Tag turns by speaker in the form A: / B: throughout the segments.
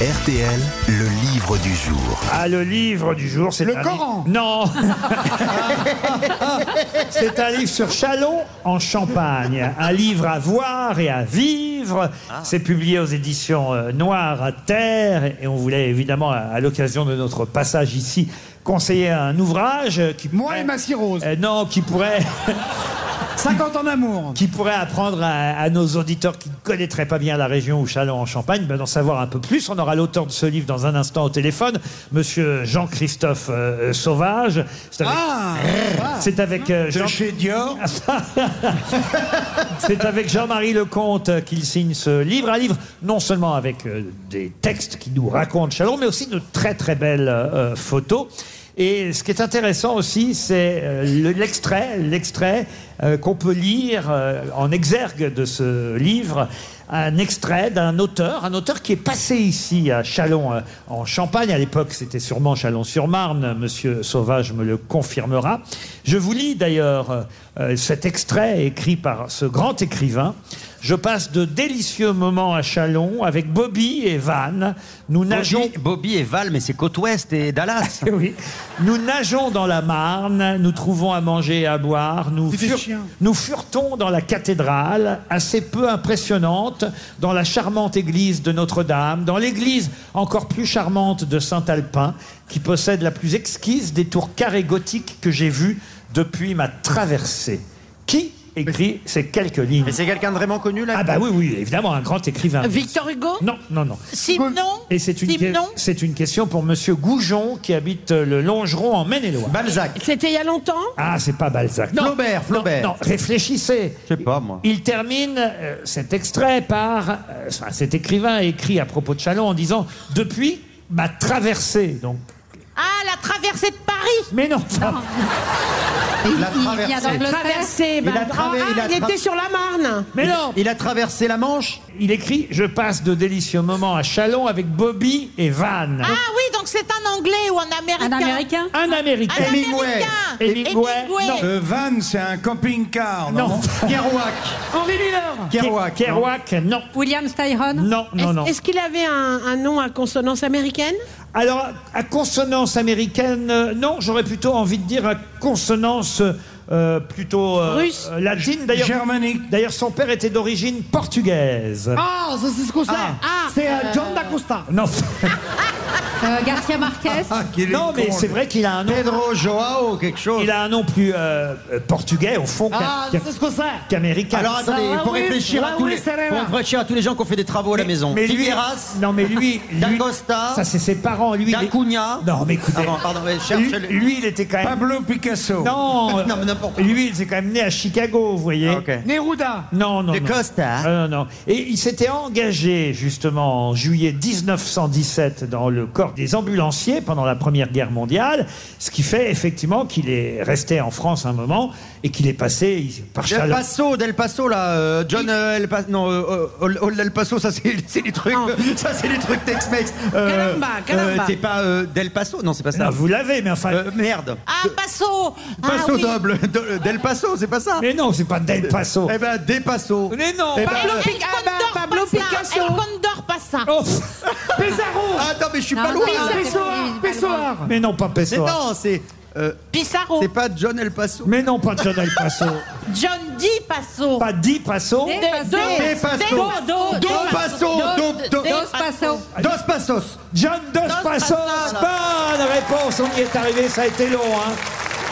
A: RTL, le livre du jour.
B: Ah, le livre du jour, c'est
C: Le
B: un
C: Coran.
B: li- Non. c'est un livre sur Chalon en Champagne, un livre à voir et à vivre. C'est publié aux éditions euh, Noir à Terre et on voulait évidemment, à- à l'occasion de notre passage ici, conseiller un ouvrage euh, qui
C: Moi
B: pourrait-
C: et ma cirrhose.
B: Euh, non, qui pourrait
D: Eh.
C: 50 en amour.
B: qui pourrait apprendre à, à nos auditeurs qui ne connaîtraient pas bien la région ou Chalon en Champagne ben, d'en savoir un peu plus. On aura l'auteur de ce livre dans un instant au téléphone, monsieur Jean-Christophe euh, euh, Sauvage. C'est avec,
C: Ah
B: c'est avec, euh, Jean-
C: chez Dior.
B: c'est avec Jean-Marie Lecomte euh, qu'il signe ce livre. Un livre non seulement avec euh, des textes qui nous racontent Chalon, mais aussi de très très belles euh, photos. Et ce qui est intéressant aussi, c'est euh, le- l'extrait, l'extrait euh, qu'on peut lire euh, en exergue de ce livre, un extrait d'un auteur, un auteur qui est passé ici à Chalon euh, en Champagne. À l'époque, c'était sûrement Chalon-sur-Marne. Monsieur Sauvage me le confirmera. Je vous lis d'ailleurs euh, euh, cet extrait écrit par ce grand écrivain. Je passe de délicieux moments à Chalon avec Bobby et Van. Nous nageons
D: Bobby, Bobby et Val, mais c'est côte ouest et Dallas.
B: oui. Nous nageons dans la Marne, nous trouvons à manger et à boire, nous,
C: C'est des
B: fur-
C: chiens.
B: nous furetons dans la cathédrale, assez peu impressionnante, dans la charmante église de Notre-Dame, dans l'église encore plus charmante de Saint-Alpin, qui possède la plus exquise des tours carrées gothiques que j'ai vues depuis ma traversée. Qui écrit ces quelques lignes
D: Et c'est quelqu'un de vraiment connu là
B: Ah bah oui, oui, évidemment, un grand écrivain.
E: Ah,
F: Victor Hugo
B: Non, non, non.
F: Simon
B: Et c'est une, que-
F: Simon
B: c'est une question pour Monsieur Goujon qui habite euh, le Longeron en Maine-et-Loire.
D: Balzac.
F: C'était il y a longtemps
B: Ah, c'est pas Balzac. Non,
D: Flaubert, Flaubert.
B: non, réfléchissez.
D: Je sais pas moi.
B: Il termine euh, cet extrait par. euh, enfin, cet écrivain a écrit à propos de Chalon en disant Depuis ma traversée. Donc,
F: Ah, la traversée de Paris
B: mais non, ça-
D: Il a
F: La
D: traversé.
F: traversée, bah,
D: Il a travé-
F: ah,
D: il a
F: il
D: tra-
F: était sur la Marne
B: mais non.
D: Il a traversé la Manche
B: Il écrit Je passe de délicieux moments à Chalon avec Bobby et Van.
E: Ah oui, donc c'est un Anglais ou un Américain.
G: Un Américain
B: Un Américain.
E: Un
D: Hemingway.
E: Américain.
B: Hemingway. Non.
C: Euh, van, c'est un camping-car. Non.
B: Non.
D: Kerouac.
C: Henri Miller.
D: Kerouac.
B: Kerouac, non.
G: William Styron
B: Non, non,
F: Est-ce-
B: non.
F: Est-ce qu'il avait un, un nom à consonance américaine
B: Alors, à consonance américaine, euh, non, j'aurais plutôt envie de dire à consonance euh, plutôt euh,
F: Russe.
B: euh, latine. D'ailleurs,
C: Germanique.
B: d'ailleurs, son père était d'origine portugaise.
C: Ah, ça c'est ce qu'on sait.
F: Ah,
C: c'est euh, John d'Acosta.
B: Non,
G: Euh, Garcia Marquez
D: Ah, qu'il est
B: non mais
D: con,
B: c'est
D: lui.
B: vrai qu'il a un nom,
D: Pedro Joao, quelque chose.
B: il a un nom plus euh, euh, portugais au fond qu'a-
C: Ah,
B: qu'a-
C: c'est ce qu'on sait.
B: qu'américain.
D: Alors attendez,
C: Raoul,
D: pour réfléchir à tous
C: Raoul
D: les,
C: Serena.
D: pour réfléchir à tous les gens qui ont fait des travaux à la maison.
B: mais lui,
D: Figueras,
B: non mais lui, lui
D: D'Acosta.
B: ça c'est ses parents. Lui, il est-
D: D'Acunha.
B: Non mais écoutez,
D: Ah bon, pardon, mais
B: lui,
D: cherchez-le.
B: lui, il était quand même.
C: Pablo Picasso.
B: Non,
D: Non, mais n'importe quoi.
B: lui, il était quand même né à Chicago, vous voyez.
D: Ah, ok.
C: Neruda.
B: Non, non.
D: De
B: non.
D: Costa.
B: Ah, non, non. Et il s'était engagé, justement, en juillet 1917, dans le corps des ambulanciers pendant la Première Guerre mondiale, ce qui fait effectivement qu'il est resté en France un moment et qu'il est passé il- par
D: Del
B: Chalon.
D: Paso, Del Paso là, euh, John euh, El Paso, non, euh, euh, Old Del Paso, ça c'est c'est les trucs, ça c'est les trucs Tex-Mex. Euh,
F: Caramba, caramba.
D: euh, T'es pas euh, Del Paso, non c'est pas
B: Non,
D: ça.
B: Ah, vous l'avez, mais enfin.
D: Euh, merde.
E: Ah, Passo. Ah,
D: Paso
E: oui.
D: Doble, Do- Del Paso, c'est pas ça.
B: Mais non, c'est pas Del Paso.
D: Eh ben Des Paso.
B: Mais non.
D: Eh ben,
E: El
D: euh,
E: Condor
F: Ah ben,
E: pas
F: Pablo
E: ça.
F: Picasso.
E: El bah, Condor pas ça.
B: Oh,
C: Pizarro.
D: Attends mais je suis
G: Non,
D: pas
G: non,
D: loin.
G: non, c'est
C: Pessoa.
G: pas lui,
C: Pessoa.
B: Ah, mais non, pas
D: Mais
B: Pesso.
D: non c'est euh,
E: Pissarro.
D: c'est pas John El Paso.
B: Mais non, pas John Del Paso.
E: John D. Passo.
B: pas Di Paso.
G: Des
E: Des-
G: Passos.
D: Des Paso.
G: Dos, dos,
D: Dos
G: dos.
D: Paso. Dos- dos-
G: Dos Passos.
D: Dos Pasos.
B: John Dos
E: Dos
B: Passos.
E: Passos.
B: Bonne réponse. On y est arrivé. Ça a été long, hein.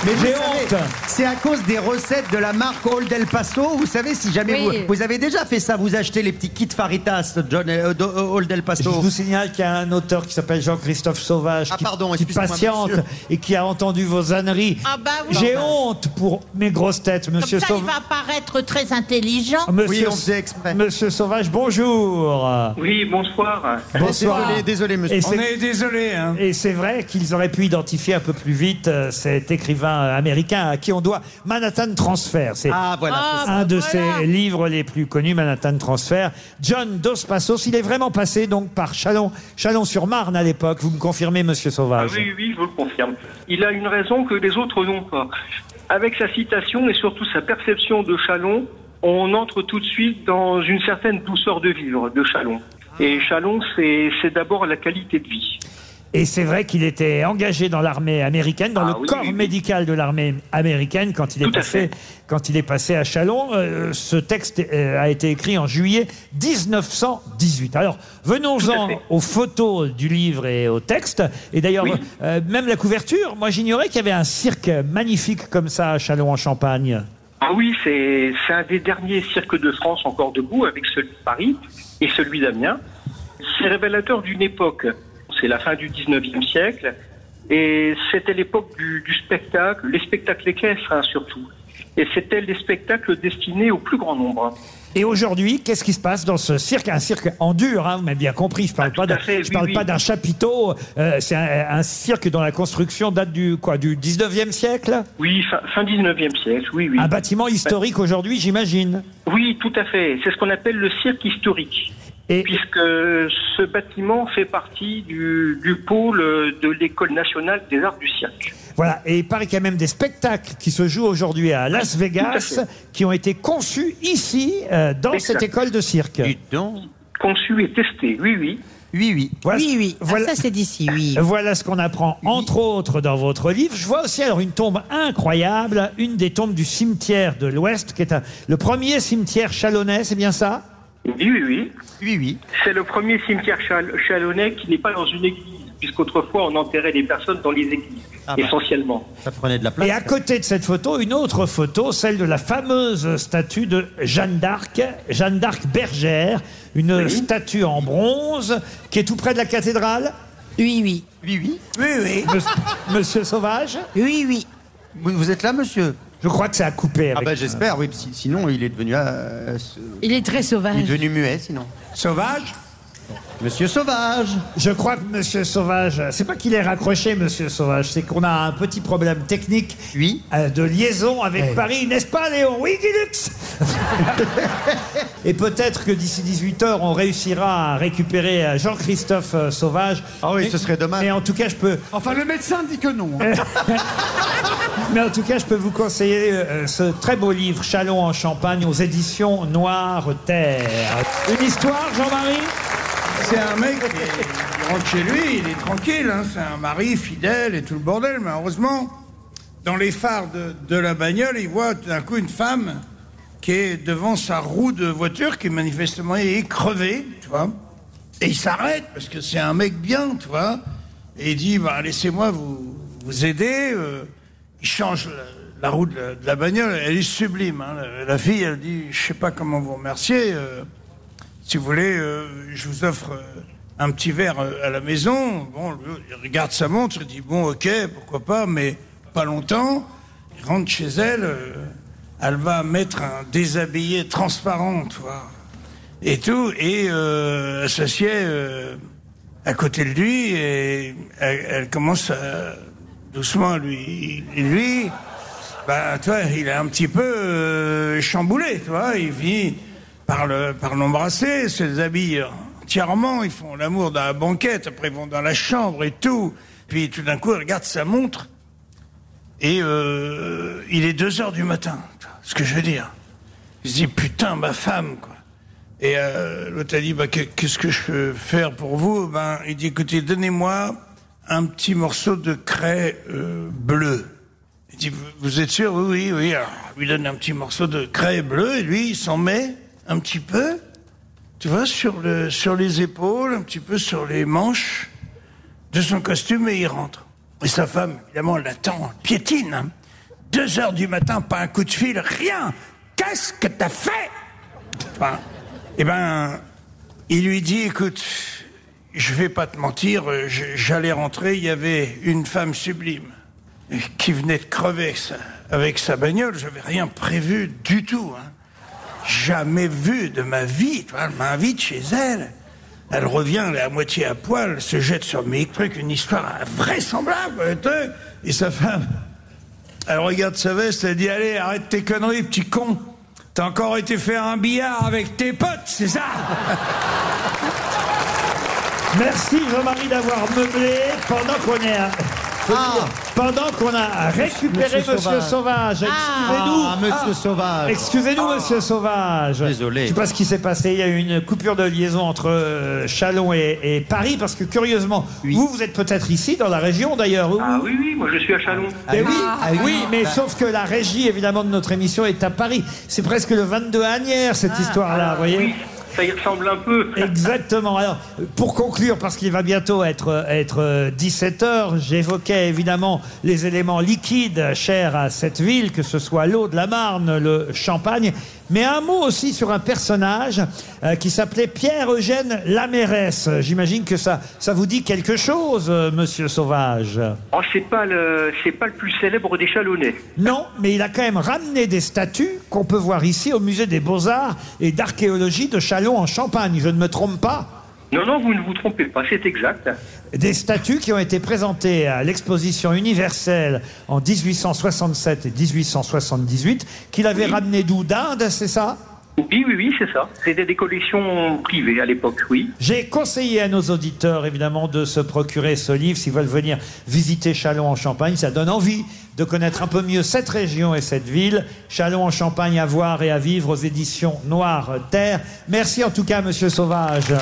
B: Mais j'ai
D: Vous
B: honte.
D: savez, C'est à cause des recettes de la marque Old El Paso. Vous savez, si jamais
G: Oui.
D: vous, vous avez déjà fait ça, vous achetez les petits kits Faritas John, euh, de- euh, Old El
B: Je
D: Paso.
B: vous signale qu'il y a un auteur qui s'appelle Jean-Christophe Sauvage
D: Ah,
B: qui,
D: pardon,
B: qui
D: excusez-moi,
B: patiente
D: monsieur.
B: et qui a entendu vos âneries.
E: Ah bah oui.
B: J'ai honte pour mes grosses têtes,
E: Comme
B: monsieur Ah,
E: ça, il
B: Sauvage.
E: va paraître très intelligent.
D: Oui,
B: Monsieur,
D: on faisait exprès.
B: Monsieur Sauvage, bonjour.
H: Oui, bonsoir.
B: Bonsoir.
D: Désolé, désolé, monsieur.
B: Et
C: On
B: c'est-
C: est désolé. Hein.
B: Et c'est vrai qu'ils auraient pu identifier un peu plus vite euh, cet écrivain euh, américain à qui on doit Manhattan Transfer. C'est
D: Ah, voilà.
E: Ah,
B: un de
E: voilà.
B: ses livres les plus connus, Manhattan Transfer. John Dos Passos, il est vraiment passé donc par Chalon, Chalon-sur-Marne à l'époque. Vous me confirmez, Monsieur
H: Ah
B: Sauvage
H: oui, oui, je vous le confirme. Il a une raison que les autres n'ont pas. Avec sa citation et surtout sa perception de Chalon, on entre tout de suite dans une certaine douceur de vivre de Chalon. Et Chalon, c'est c'est d'abord la qualité de vie.
B: Et c'est vrai qu'il était engagé dans l'armée américaine, dans
H: Ah
B: le
H: oui,
B: corps
H: oui, oui.
B: médical de l'armée américaine quand il est
H: Tout à
B: passé
H: fait.
B: quand il est passé à Chalon. Euh, ce texte euh, a été écrit en juillet 1918. Alors venons-en
H: Tout à fait.
B: aux photos du livre et au texte. Et d'ailleurs
H: Oui.
B: euh, même la couverture. Moi j'ignorais qu'il y avait un cirque magnifique comme ça à Chalon en Champagne.
H: Ah oui, c'est c'est un des derniers cirques de France encore debout, avec celui de Paris et celui d'Amiens. C'est révélateur d'une époque. C'est la fin du 19e siècle. Et c'était l'époque du, du spectacle, les spectacles équestres hein, surtout. Et c'était les spectacles destinés au plus grand nombre.
B: Et aujourd'hui, qu'est-ce qui se passe dans ce cirque Un cirque en dur, hein, vous m'avez bien compris. Je parle pas
H: Ah, tout à
B: d'un,
H: fait,
B: je
H: oui,
B: parle
H: oui.
B: pas d'un chapiteau. euh, c'est un, un cirque dont la construction date du quoi Du 19e siècle
H: Oui, fin, fin 19e siècle, oui, oui.
B: Un bâtiment historique aujourd'hui, j'imagine.
H: Oui, tout à fait. C'est ce qu'on appelle le cirque historique.
B: Et
H: puisque ce bâtiment fait partie du, du pôle de l'École nationale des arts du cirque.
B: voilà. Et il paraît qu'il y a même des spectacles qui se jouent aujourd'hui à Las Vegas,
H: fait.
B: qui ont été conçus ici, euh, dans
H: Exact.
B: cette école de cirque.
H: Conçu et testé, oui, oui.
D: Oui, oui.
B: Voilà,
F: Oui, oui. Ah,
B: Voilà, Euh,
F: ça, c'est d'ici, oui.
B: Voilà ce qu'on apprend, entre autres, dans votre livre. Je vois aussi alors une tombe incroyable, une des tombes du cimetière de l'Ouest, qui est un- le premier cimetière chalonnais, c'est bien ça
H: Oui, oui, oui.
D: Oui, oui.
H: C'est le premier cimetière chal- chalonnais qui n'est pas dans une église, puisqu'autrefois on enterrait les personnes dans les églises,
D: Ah bah.
H: essentiellement.
D: Ça prenait de la place.
B: Et à côté de cette photo, une autre photo, celle de la fameuse statue de Jeanne d'Arc, Jeanne d'Arc bergère, une statue en bronze qui est tout près de la cathédrale.
F: Oui, oui.
D: Oui, oui.
B: Monsieur, Monsieur Sauvage,
F: Oui, oui.
D: Vous, vous êtes là, monsieur
B: je crois que ça a coupé
D: Ah
B: avec.
D: bah j'espère, oui. si- sinon, il est devenu... euh, ce-
F: Il est très
D: Il est
F: sauvage.
D: devenu muet, sinon.
C: Sauvage
D: Monsieur Sauvage
B: Je crois que Monsieur Sauvage, c'est pas qu'il est raccroché, Monsieur Sauvage, c'est qu'on a un petit problème technique
D: Oui. Eh.
B: euh, de liaison avec Paris, n'est-ce pas, Léon Oui, Guilux Et peut-être que d'ici 18 heures, on réussira à récupérer euh, Jean-Christophe euh, Sauvage.
D: Ah oui,
B: Mais-
D: ce serait dommage.
B: Mais en tout cas, je peux,
C: Enfin, le médecin dit que non. hein.
B: mais en tout cas, je peux vous conseiller euh, ce très beau livre, Chalon en Champagne, aux éditions Noire Terre. Une histoire, Jean-Marie
C: C'est un mec qui il rentre chez lui, il est tranquille, hein, c'est un mari fidèle et tout le bordel, mais heureusement, dans les phares de, de la bagnole, il voit tout d'un coup une femme qui est devant sa roue de voiture, qui manifestement est crevée, tu vois. Et il s'arrête, parce que c'est un mec bien, tu vois. Et il dit, bah, laissez-moi vous, vous aider. euh. il change la, la roue de la, de la bagnole, elle est sublime. hein. La, la fille, elle dit, je sais pas comment vous remercier. euh. Si vous voulez, euh, je vous offre euh, un petit verre euh, à la maison. Bon, lui, il regarde sa montre, il dit bon, ok, pourquoi pas, mais pas longtemps. Il rentre chez elle, euh, elle va mettre un déshabillé transparent, tu vois, et tout, et euh, elle s'assied euh, à côté de lui et elle, elle commence à- doucement à lui, et lui, bah, toi, il est un petit peu euh, chamboulé, tu vois. Il finit par le- par l'embrasser, se déshabille entièrement. Ils font l'amour dans la banquette, après ils vont dans la chambre et tout. Puis tout d'un coup, il regarde sa montre et euh, il est 2 heures du matin. tu vois, Ce que je veux dire. Il se dit putain, ma femme, quoi. Et euh, l'autre a dit bah, que- qu'est-ce que je peux faire pour vous Ben, il dit écoutez, donnez-moi un petit morceau de craie euh, bleue. Il dit, vous- vous êtes sûr Oui, oui, oui. Alors, il lui donne un petit morceau de craie bleue et lui, il s'en met un petit peu, tu vois, sur, le, sur les épaules, un petit peu sur les manches de son costume et il rentre. Et sa femme, évidemment, l'attend, piétine. hein. Deux heures du matin, pas un coup de fil, rien. Qu'est-ce que t'as fait Enfin, Eh ben, il lui dit, écoute, je vais pas te mentir, euh, je- j'allais rentrer, il y avait une femme sublime euh, qui venait de crever avec sa, avec sa bagnole, j'avais rien prévu du tout. hein. Jamais vu de ma vie, tu vois, elle m'invite chez elle. Elle revient, elle est à moitié à poil, se jette sur mes trucs, une histoire vraisemblable. euh, truc. Et sa femme, elle regarde sa veste, elle dit Allez, arrête tes conneries, petit con. T'as encore été faire un billard avec tes potes, c'est ça
B: Merci Jean-Marie d'avoir meublé pendant qu'on est à...
D: Ah,
B: faut dire, pendant qu'on a récupéré
D: Monsieur
B: Monsieur,
D: Sauvage.
B: Sauvage, excusez-nous.
D: Ah, Monsieur Sauvage.
B: Excusez-nous, Monsieur Sauvage.
D: Désolé.
B: Je sais pas ce qui s'est passé. Il y a eu une coupure de liaison entre euh, Chalon et, et Paris, parce que curieusement, vous, vous êtes peut-être ici, dans la région d'ailleurs. où-
H: Ah oui, oui, moi je suis à Chalon.
B: Eh oui,
D: Ah, oui.
B: oui, mais
D: Bah.
B: sauf que la régie, évidemment, de notre émission est à Paris. C'est presque le 22 à Agnières, cette histoire-là, vous voyez
H: Oui, ça y ressemble un peu.
B: Exactement. Alors, pour conclure, parce qu'il va bientôt être, être 17h, j'évoquais évidemment les éléments liquides chers à cette ville, que ce soit l'eau de la Marne, le champagne, mais un mot aussi sur un personnage euh, qui s'appelait Pierre-Eugène Lamérès. J'imagine que ça, ça vous dit quelque chose, euh, monsieur Sauvage.
H: Oh, c'est pas le, c'est pas le plus célèbre des Chalonnais.
B: Non, mais il a quand même ramené des statues qu'on peut voir ici au musée des Beaux-Arts et d'archéologie de Châlons en Champagne, je ne me trompe pas.
H: Non, non, vous ne vous trompez pas, c'est exact.
B: Des statues qui ont été présentées à l'exposition universelle en 1867 et 1878, qu'il avait ramené d'où D'Inde, c'est ça
H: Oui, oui, oui, c'est ça. C'était des collections privées à l'époque, oui.
B: J'ai conseillé à nos auditeurs, évidemment, de se procurer ce livre s'ils veulent venir visiter Châlons en Champagne. Ça donne envie de connaître un peu mieux cette région et cette ville. Châlons en Champagne à voir et à vivre aux éditions Noire Terre. Merci en tout cas, Monsieur Sauvage.